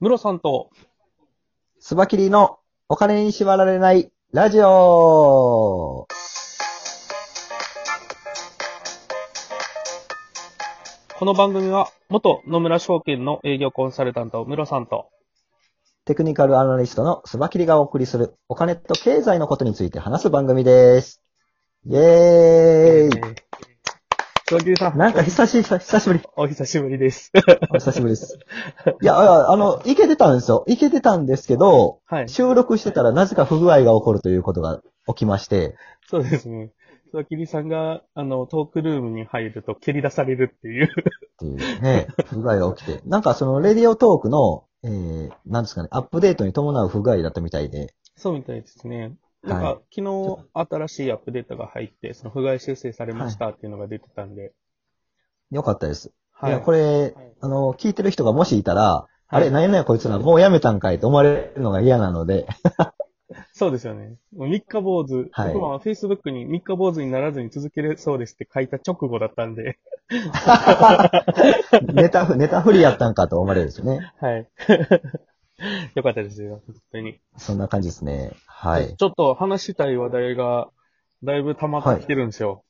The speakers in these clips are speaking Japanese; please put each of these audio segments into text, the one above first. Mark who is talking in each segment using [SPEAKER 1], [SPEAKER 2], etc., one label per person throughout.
[SPEAKER 1] ムロさんと、
[SPEAKER 2] スバキリのお金に縛られないラジオ
[SPEAKER 1] この番組は、元野村証券の営業コンサルタント、ムロさんと、
[SPEAKER 2] テクニカルアナリストのスバキリがお送りするお金と経済のことについて話す番組です。イェーイ
[SPEAKER 1] 上級さん、
[SPEAKER 2] なんか久しぶり、久しぶり。
[SPEAKER 1] お久しぶりです。
[SPEAKER 2] お久しぶりです。いや、ああの、いけてたんですよ。いけてたんですけど、
[SPEAKER 1] はい。
[SPEAKER 2] 収録してたらなぜか不具合が起こるということが起きまして、
[SPEAKER 1] そうですね。さきりさんが、あの、トークルームに入ると蹴り出されるっていう。
[SPEAKER 2] っていうね、不具合が起きて。なんかその、レディオトークの、えー、なんですかね、アップデートに伴う不具合だったみたいで、
[SPEAKER 1] そうみたいですね。なん
[SPEAKER 2] はい
[SPEAKER 1] か、昨日、新しいアップデートが入って、その、不具合修正されましたっていうのが出てたんで。
[SPEAKER 2] よかったです。、
[SPEAKER 1] はいい。
[SPEAKER 2] や、これ、あの、聞いてる人がもしいたら、あれ、
[SPEAKER 1] はい
[SPEAKER 2] 何やねんこいつら、もうやめたんかいと思われるのが嫌なので、
[SPEAKER 1] そうですよね。もう三日坊主。
[SPEAKER 2] はい
[SPEAKER 1] 僕は Facebook に三日坊主にならずに続けれそうですって書いた直後だったんで。
[SPEAKER 2] ネタ、ネタフリやったんかと思われるんですよね。
[SPEAKER 1] はい。 よかったですよ。本当に。
[SPEAKER 2] そんな感じですね。はい。
[SPEAKER 1] ちょっと話したい話題が、だいぶ溜まってきてるんですよ。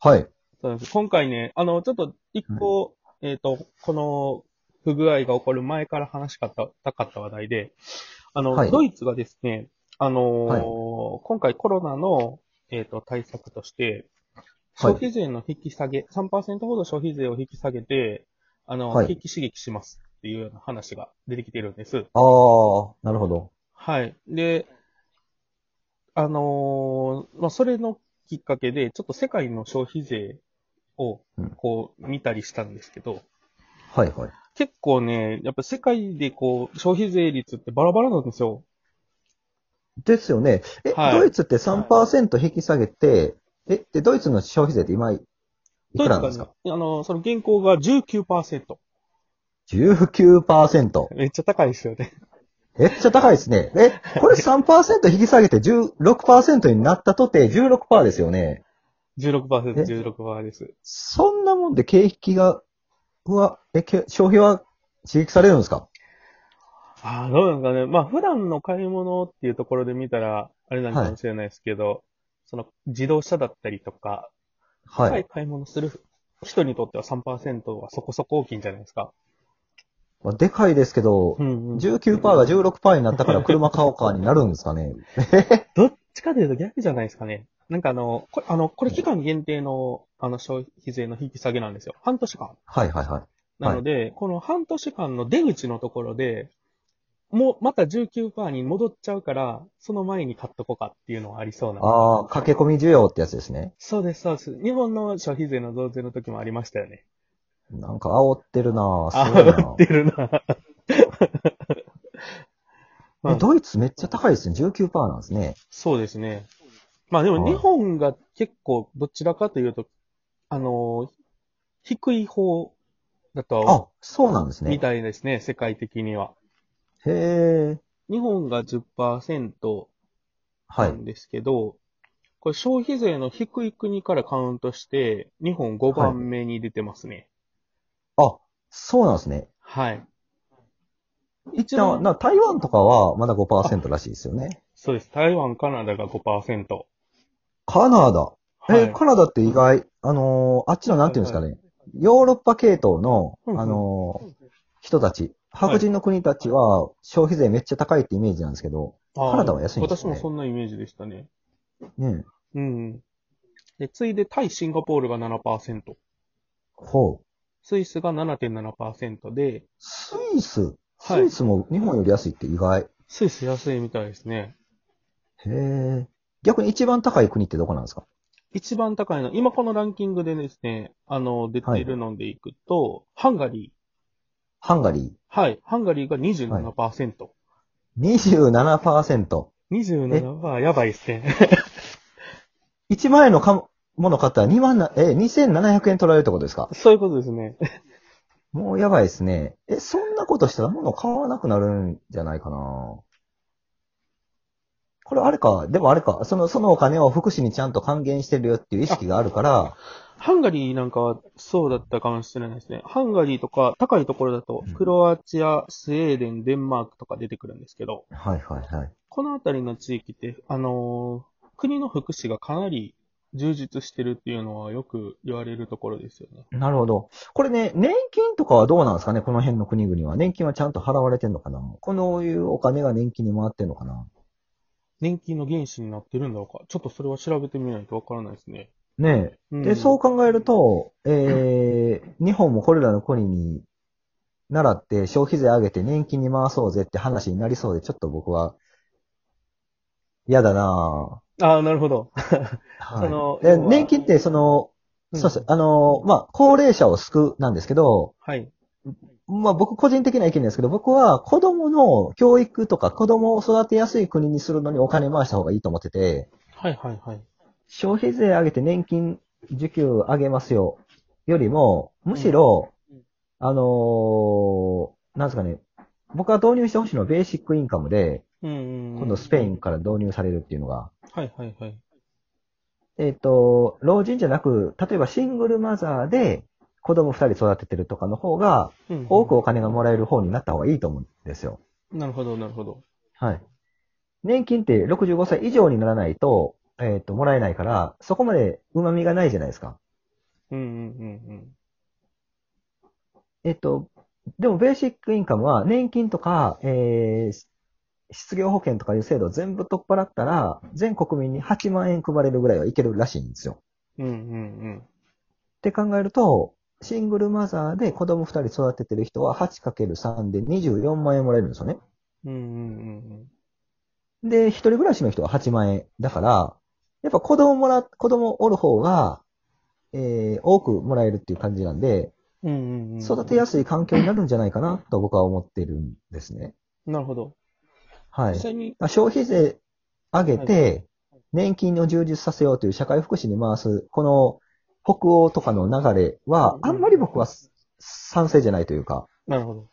[SPEAKER 2] はい。
[SPEAKER 1] そうなんです今回ね、あの、ちょっと一個、えっ、と、この不具合が起こる前から話したかったかった話題で、あの、
[SPEAKER 2] はい
[SPEAKER 1] ドイツがですね、あのー
[SPEAKER 2] はい
[SPEAKER 1] 今回コロナの、えっと対策として、
[SPEAKER 2] はい
[SPEAKER 1] 消費税の引き下げ、3%ほど消費税を引き下げて、あの、
[SPEAKER 2] はい
[SPEAKER 1] 景気刺激しますっていうような話が出てきてるんです。
[SPEAKER 2] あー、なるほど。
[SPEAKER 1] はい。で、あのーまあ、それのきっかけで、ちょっと世界の消費税を
[SPEAKER 2] うん、
[SPEAKER 1] こう、見たりしたんですけど、
[SPEAKER 2] はいはい。
[SPEAKER 1] 結構ね、やっぱ世界でこう、消費税率ってバラバラなんですよ。
[SPEAKER 2] ですよね。え、
[SPEAKER 1] はい
[SPEAKER 2] ドイツって3%引き下げて、え、で、ドイツの消費税って今、い
[SPEAKER 1] ドイツ
[SPEAKER 2] くらなん
[SPEAKER 1] が
[SPEAKER 2] です
[SPEAKER 1] ね
[SPEAKER 2] か、
[SPEAKER 1] あのー、その現行が19%。
[SPEAKER 2] ?19%。
[SPEAKER 1] めっちゃ高いですよね。
[SPEAKER 2] めっちゃ高いですね。え、これ3%引き下げて16%になったとて16%ですよね。
[SPEAKER 1] 16%、
[SPEAKER 2] え
[SPEAKER 1] 16%です。
[SPEAKER 2] そんなもんで景気が、うわ、え、け消費は刺激されるんですか
[SPEAKER 1] ああ、どうなんですかね。まあ、普段の買い物っていうところで見たら、あれなのかもしれないですけど、その、自動車だったりとか、
[SPEAKER 2] はい。
[SPEAKER 1] 高い買い物する人にとっては3%はそこそこ大きいんじゃないですか。
[SPEAKER 2] まあ、でかいですけど、
[SPEAKER 1] ん
[SPEAKER 2] 19%が16%になったから車買おうかになるんですかね。
[SPEAKER 1] どっちかというと逆じゃないですかね。なんかあの、これ、あの、これ期間限定の、あの、消費税の引き下げなんですよ。半年間。
[SPEAKER 2] はいはいはい。
[SPEAKER 1] なので、この半年間の出口のところで、もうまた19%に戻っちゃうから、その前に買っとこうかっていうのはありそうな。
[SPEAKER 2] ああ、駆け込み需要ってやつですね。
[SPEAKER 1] そうです、そうです。日本の消費税の増税の時もありましたよね。
[SPEAKER 2] なんか煽ってるなぁ、
[SPEAKER 1] あ
[SPEAKER 2] すごい
[SPEAKER 1] あ、売
[SPEAKER 2] な
[SPEAKER 1] ってる な。
[SPEAKER 2] ぁ。えドイツめっちゃ高いですね。19%なんですね。
[SPEAKER 1] そうですね。まあでも
[SPEAKER 2] はい
[SPEAKER 1] 日本が結構どちらかというと、あの、低い方だとは、
[SPEAKER 2] あ、そうなんです
[SPEAKER 1] み
[SPEAKER 2] ね。
[SPEAKER 1] たいですね、世界的には。
[SPEAKER 2] へえ。
[SPEAKER 1] 日本が10%
[SPEAKER 2] は。
[SPEAKER 1] ないんですけど、これ消費税の低い国からカウントして、日本5番目に出てますね。
[SPEAKER 2] あ、そうなんですね。
[SPEAKER 1] はい。
[SPEAKER 2] 一
[SPEAKER 1] 一
[SPEAKER 2] 応、
[SPEAKER 1] 応、
[SPEAKER 2] な台湾とかはまだ5%らしいですよね。
[SPEAKER 1] そうです。台湾、カナダが5%。
[SPEAKER 2] カナダ。
[SPEAKER 1] は
[SPEAKER 2] え
[SPEAKER 1] い。
[SPEAKER 2] カナダって意外、あのーあっちのなんていうんですかね、ヨーロッパ系統の、
[SPEAKER 1] うんうん
[SPEAKER 2] あのー人たち、白人の国たちは消費税めっちゃ高いってイメージなんですけど、
[SPEAKER 1] あー
[SPEAKER 2] カナダは安いんです
[SPEAKER 1] 私
[SPEAKER 2] ね
[SPEAKER 1] もそんなイメージでしたね。
[SPEAKER 2] ねえ、
[SPEAKER 1] うん。で、次いでタイ、シンガポールが7%。
[SPEAKER 2] ほう。
[SPEAKER 1] スイスが7.7%で、
[SPEAKER 2] スイス、
[SPEAKER 1] は
[SPEAKER 2] ス
[SPEAKER 1] い
[SPEAKER 2] イスも日本より安いって意外。
[SPEAKER 1] スイス安いみたいですね。
[SPEAKER 2] へえ。逆に一番高い国ってどこなんですか
[SPEAKER 1] 一番高いの、今このランキングでですね、あの、出てるのでいくと、ハンガリ
[SPEAKER 2] ハンガリ
[SPEAKER 1] ー。はい。ハンガリーが27%。
[SPEAKER 2] ー。27%。
[SPEAKER 1] 27%、やばいですね。
[SPEAKER 2] 1万円のかもの買ったら2万な、え、2700円取られるってことですか
[SPEAKER 1] そういうことですね。
[SPEAKER 2] もうやばいですね。え、そんなことしたら物買わなくなるんじゃないかな。これあれか、でもあれか、その、そのお金を福祉にちゃんと還元してるよっていう意識があるから、
[SPEAKER 1] ハンガリーなんかはそうだったかもしれないですね。ハンガリーとか高いところだと
[SPEAKER 2] うん、
[SPEAKER 1] クロアチア、スウェーデン、デンマークとか出てくるんですけど、
[SPEAKER 2] はいはいはい。
[SPEAKER 1] この辺りの地域って、あのー国の福祉がかなり充実してるっていうのはよく言われるところですよね。
[SPEAKER 2] なるほど。これね、年金とかはどうなんですかねこの辺の国々は。年金はちゃんと払われてんのかなこのいうお金が年金に回ってんのかな
[SPEAKER 1] 年金の原資になってるんだろうか。ちょっとそれは調べてみないとわからないですね。
[SPEAKER 2] ね
[SPEAKER 1] う
[SPEAKER 2] え。
[SPEAKER 1] ん、
[SPEAKER 2] で、そう考えると、え ー、日本もこれらの国に習って消費税上げて年金に回そうぜって話になりそうで、ちょっと僕は、嫌だな
[SPEAKER 1] ああ、なるほど。
[SPEAKER 2] ぁ。は
[SPEAKER 1] そ
[SPEAKER 2] い
[SPEAKER 1] の
[SPEAKER 2] で
[SPEAKER 1] 要は
[SPEAKER 2] 年金って、その、 そうそう、あの、まあ、高齢者を救うなんですけど、
[SPEAKER 1] はい。
[SPEAKER 2] まあ僕個人的な意見ですけど、僕は子供の教育とか子供を育てやすい国にするのにお金回した方がいいと思ってて、
[SPEAKER 1] はいはいはい。
[SPEAKER 2] 消費税上げて年金受給上げますよよりも、むしろ
[SPEAKER 1] うんうん、
[SPEAKER 2] あのーなんですかね、僕は導入してほしいのはベーシックインカムで、
[SPEAKER 1] うんうんうん。
[SPEAKER 2] 今度スペインから導入されるっていうのが、
[SPEAKER 1] はいはいはい。
[SPEAKER 2] えっ、と、老人じゃなく、例えばシングルマザーで子供二人育ててるとかの方が、
[SPEAKER 1] うん
[SPEAKER 2] 多くお金がもらえる方になった方がいいと思うんですよ。
[SPEAKER 1] なるほどなるほど。
[SPEAKER 2] はい。年金って65歳以上にならないと、えっ、と、もらえないから、そこまで旨味がないじゃないですか。
[SPEAKER 1] うんうんうんうん。
[SPEAKER 2] えっ、と、でもベーシックインカムは年金とか、えー、失業保険とかいう制度を全部取っ払ったら、全国民に8万円配れるぐらいはいけるらしいんですよ。
[SPEAKER 1] うんうんうん。
[SPEAKER 2] って考えると、シングルマザーで子供2人育ててる人は 8×3 で24万円もらえるんですよね。
[SPEAKER 1] うんうんうんうん。
[SPEAKER 2] で、一人暮らしの人は8万円。だから、やっぱ子供もら、子供おる方が、えー、多くもらえるっていう感じなんで、
[SPEAKER 1] うんうんうん、
[SPEAKER 2] 育てやすい環境になるんじゃないかなと僕は思ってるんですね。
[SPEAKER 1] なるほど。
[SPEAKER 2] はい
[SPEAKER 1] 実。際に、
[SPEAKER 2] 消費税上げて、年金を充実させようという社会福祉に回す、この北欧とかの流れは、あんまり僕は賛成じゃないというか、
[SPEAKER 1] なるほど。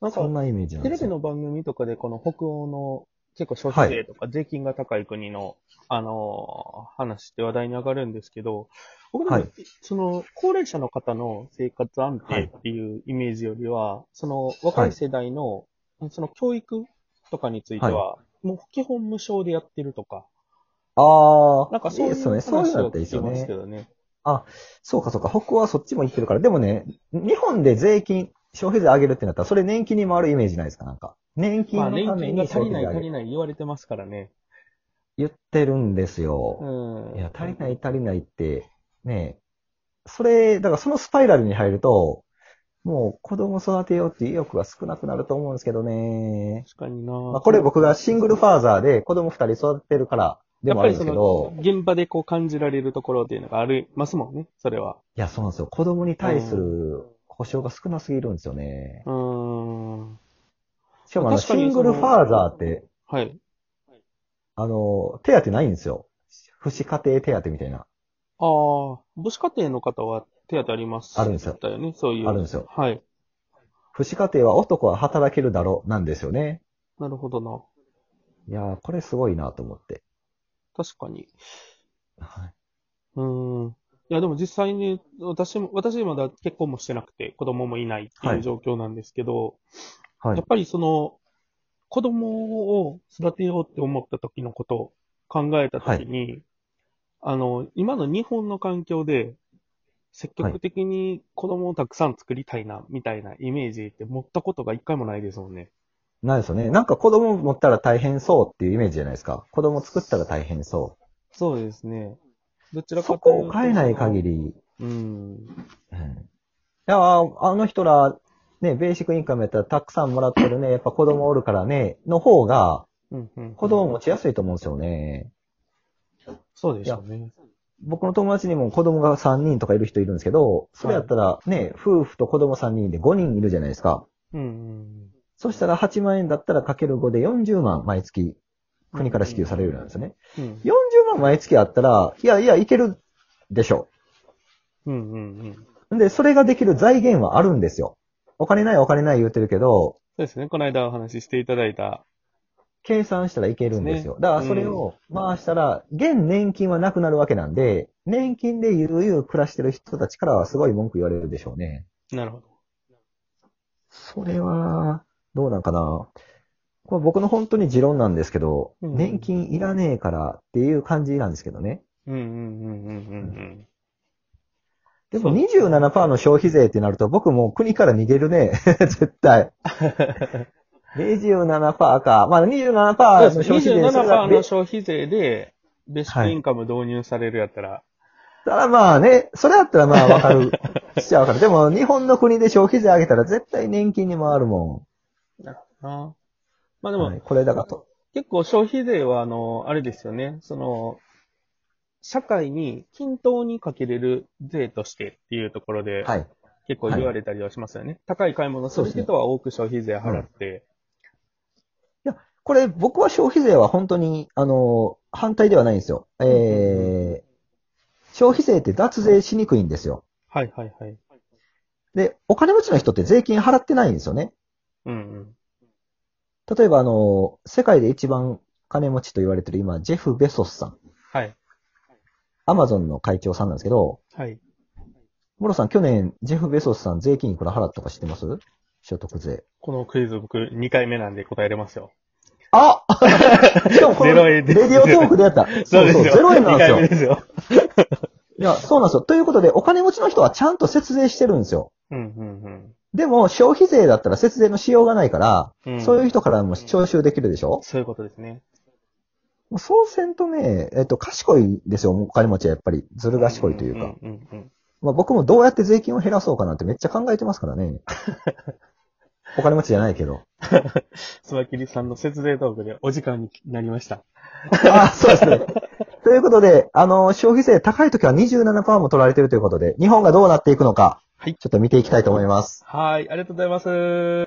[SPEAKER 1] なん
[SPEAKER 2] そん
[SPEAKER 1] か、
[SPEAKER 2] なイメージなん
[SPEAKER 1] テ
[SPEAKER 2] で
[SPEAKER 1] レ
[SPEAKER 2] す
[SPEAKER 1] ビ
[SPEAKER 2] よ。
[SPEAKER 1] の番組とかで、この北欧の結構消費税とか税金が高い国の、あのー話って話題に上がるんですけど、僕でも、
[SPEAKER 2] はい
[SPEAKER 1] その、高齢者の方の生活安定っていうイメージよりは、その、若い世代の、その教育とかについては、もう基本無償でやってるとか、
[SPEAKER 2] ああ、
[SPEAKER 1] なんかそういう
[SPEAKER 2] ですよね。
[SPEAKER 1] 話
[SPEAKER 2] そういうの
[SPEAKER 1] を
[SPEAKER 2] っていい
[SPEAKER 1] 聞
[SPEAKER 2] です
[SPEAKER 1] き
[SPEAKER 2] よ
[SPEAKER 1] ます
[SPEAKER 2] ね
[SPEAKER 1] け。どね。
[SPEAKER 2] そうかそうか、北欧はそっちも行ってるから。でもね、日本で税金、消費税上げるってなったら、それ年金に回るイメージないですかなんか。年金
[SPEAKER 1] ま
[SPEAKER 2] の
[SPEAKER 1] あ、年
[SPEAKER 2] ため
[SPEAKER 1] 金
[SPEAKER 2] に
[SPEAKER 1] が足
[SPEAKER 2] 消
[SPEAKER 1] りない
[SPEAKER 2] 費税上
[SPEAKER 1] 足
[SPEAKER 2] げる。
[SPEAKER 1] りない言われてますからね。
[SPEAKER 2] 言ってるんです
[SPEAKER 1] う
[SPEAKER 2] よ。
[SPEAKER 1] ん。
[SPEAKER 2] いや、足りない足りないって、ねそれ、だからそのスパイラルに入ると、もう子供育てようっていう意欲が少なくなると思うんですけどね。
[SPEAKER 1] 確かにな、
[SPEAKER 2] まあ、これ僕がシングルファーザーで子供二人育ててるからで
[SPEAKER 1] やっ
[SPEAKER 2] もあ
[SPEAKER 1] ぱ
[SPEAKER 2] る
[SPEAKER 1] り
[SPEAKER 2] んです
[SPEAKER 1] そ
[SPEAKER 2] け
[SPEAKER 1] の
[SPEAKER 2] ど、、
[SPEAKER 1] 現場でこう感じられるところっていうのがありますもんね、それは。
[SPEAKER 2] いや、そうなんですよ。子供に対する保障が少なすぎるんですよね。
[SPEAKER 1] うーん。
[SPEAKER 2] しかもあの、
[SPEAKER 1] 確
[SPEAKER 2] シ
[SPEAKER 1] かに
[SPEAKER 2] ングルファーザーって、
[SPEAKER 1] はい。
[SPEAKER 2] あの、手当ないんですよ。不死家庭手当みたいな。
[SPEAKER 1] ああ、母子家庭の方は手当たります。
[SPEAKER 2] あるんですよ
[SPEAKER 1] だよね、そういう。
[SPEAKER 2] あるんですよ。
[SPEAKER 1] はい。
[SPEAKER 2] 不死家庭は男は働けるだろう、なんですよね。
[SPEAKER 1] なるほどな。
[SPEAKER 2] いやー、これすごいなと思って。
[SPEAKER 1] 確かに。
[SPEAKER 2] はい。
[SPEAKER 1] うーん。いや、でも実際に、私も、私まだ結婚もしてなくて、子供もいないって
[SPEAKER 2] はいいう
[SPEAKER 1] 状況なんですけど、
[SPEAKER 2] は
[SPEAKER 1] や
[SPEAKER 2] い
[SPEAKER 1] っ。ぱりその、子供を育てようって思った時のことを考えた時に、あの、今の日本の環境で、積極的に子供をたくさん作りたいな、みたいなイメージって持ったことが一回もないですもんね。
[SPEAKER 2] なんですよね。なんか子供持ったら大変そうっていうイメージじゃないですか。子供作ったら大変そ
[SPEAKER 1] そうですね。どち
[SPEAKER 2] う。
[SPEAKER 1] ら
[SPEAKER 2] そ
[SPEAKER 1] か
[SPEAKER 2] こを変えない限
[SPEAKER 1] り。
[SPEAKER 2] り、
[SPEAKER 1] うん。
[SPEAKER 2] うん。いやー、あの人ら、ね、ベーシックインカムやったらたくさんもらってるね、やっぱ子供おるからね、の方が、
[SPEAKER 1] うん、うん。
[SPEAKER 2] 子供持ちやすいと思うんですよね。
[SPEAKER 1] そうでしょうね。
[SPEAKER 2] 僕の友達にも子供が3人とかいる人いるんですけど、それやったらね、夫婦と子供3人で5人いるじゃないですか。
[SPEAKER 1] うん、
[SPEAKER 2] そしたら8万円だったらかける5で40万毎月国から支給されるようになるんですよね。
[SPEAKER 1] うん。うん、
[SPEAKER 2] 40万毎月あったら、いやいや、いけるでしょ。
[SPEAKER 1] うん、うんうん。そ
[SPEAKER 2] んで、それができる財源はあるんですよ。お金ないお金ない言うてるけど、
[SPEAKER 1] うですね。この間お話ししていただいた、
[SPEAKER 2] 計算したらいけるんですよ。だからそれを回したら、現年金はなくなるわけなんで、年金でゆるゆる暮らしてる人たちからはすごい文句言われるでしょうね。
[SPEAKER 1] なるほど。
[SPEAKER 2] それは、どうなんかな。これ僕の本当に持論なんですけど、
[SPEAKER 1] うん
[SPEAKER 2] 年金いらねえからっていう感じなんですけどね。
[SPEAKER 1] うんうんうんうんうん
[SPEAKER 2] でも
[SPEAKER 1] そう
[SPEAKER 2] 27%の消費税ってなると僕もう国から逃げるね。 絶対。27%か。まあ27%の
[SPEAKER 1] うん。
[SPEAKER 2] 消
[SPEAKER 1] そうで
[SPEAKER 2] 費
[SPEAKER 1] す
[SPEAKER 2] 税それは
[SPEAKER 1] 27%
[SPEAKER 2] べ
[SPEAKER 1] の消費税で、ベーシックインカム導入されるやったら、
[SPEAKER 2] ただまあね、それだったらまあわかる。 しちゃわかる。でも日本の国で消費税上げたら絶対年金に回るも
[SPEAKER 1] なまあ
[SPEAKER 2] ん。
[SPEAKER 1] でも、
[SPEAKER 2] はい、これだからと。
[SPEAKER 1] 結構消費税は、あの、あれですよね。その、社会に均等にかけれる税としてっていうところで、
[SPEAKER 2] はい。
[SPEAKER 1] 結構言われたりはしますよね。高い買い物する人は多く消費税払って、
[SPEAKER 2] これ僕は消費税は本当に、あの、反対ではないんですよ。えー、消費税って脱税しにくいんですよ。
[SPEAKER 1] はいはいはい。
[SPEAKER 2] で、お金持ちの人って税金払ってないんですよね。
[SPEAKER 1] うんうん。
[SPEAKER 2] 例えば、あの、世界で一番金持ちと言われてる今、ジェフ・ベソスさん。
[SPEAKER 1] はい。
[SPEAKER 2] アマゾンの会長さんなんですけど、
[SPEAKER 1] はい。
[SPEAKER 2] モロさん、去年、ジェフ・ベソスさん税金いくら払ったか知ってます所得税。
[SPEAKER 1] このクイズ僕2回目なんで答えれますよ。
[SPEAKER 2] あ しかもこの
[SPEAKER 1] ゼロ円
[SPEAKER 2] レ
[SPEAKER 1] で
[SPEAKER 2] デ
[SPEAKER 1] す
[SPEAKER 2] ィオトークで やった。そう、ゼロ円な
[SPEAKER 1] 2
[SPEAKER 2] んです
[SPEAKER 1] 回
[SPEAKER 2] よ
[SPEAKER 1] 目。ですよ。
[SPEAKER 2] いや、そうなんですよ。ということで、お金持ちの人はちゃんと節税してるんですよ。
[SPEAKER 1] うんうん
[SPEAKER 2] でも、消費税だったら節税のしようがないから、
[SPEAKER 1] うん。ん
[SPEAKER 2] そういう。人からも徴収できるでしょ
[SPEAKER 1] そういうことですね。
[SPEAKER 2] もうそうせんとね、えっと、賢いですよ、お金持ちはやっぱり。ずる賢いというか。
[SPEAKER 1] んうんうん うん。
[SPEAKER 2] まあ、僕もどうやって税金を減らそうかなんてめっちゃ考えてますから ね。お金持ちじゃないけど。
[SPEAKER 1] スワキリさんの節税トークでお時間になりました。
[SPEAKER 2] ああ、そうですね。 ということで、あの、消費税高い時は27%も取られてるということで、日本がどうなっていくのか、
[SPEAKER 1] はい
[SPEAKER 2] ちょっと見ていきたいと思います。
[SPEAKER 1] はい、ありがとうございます。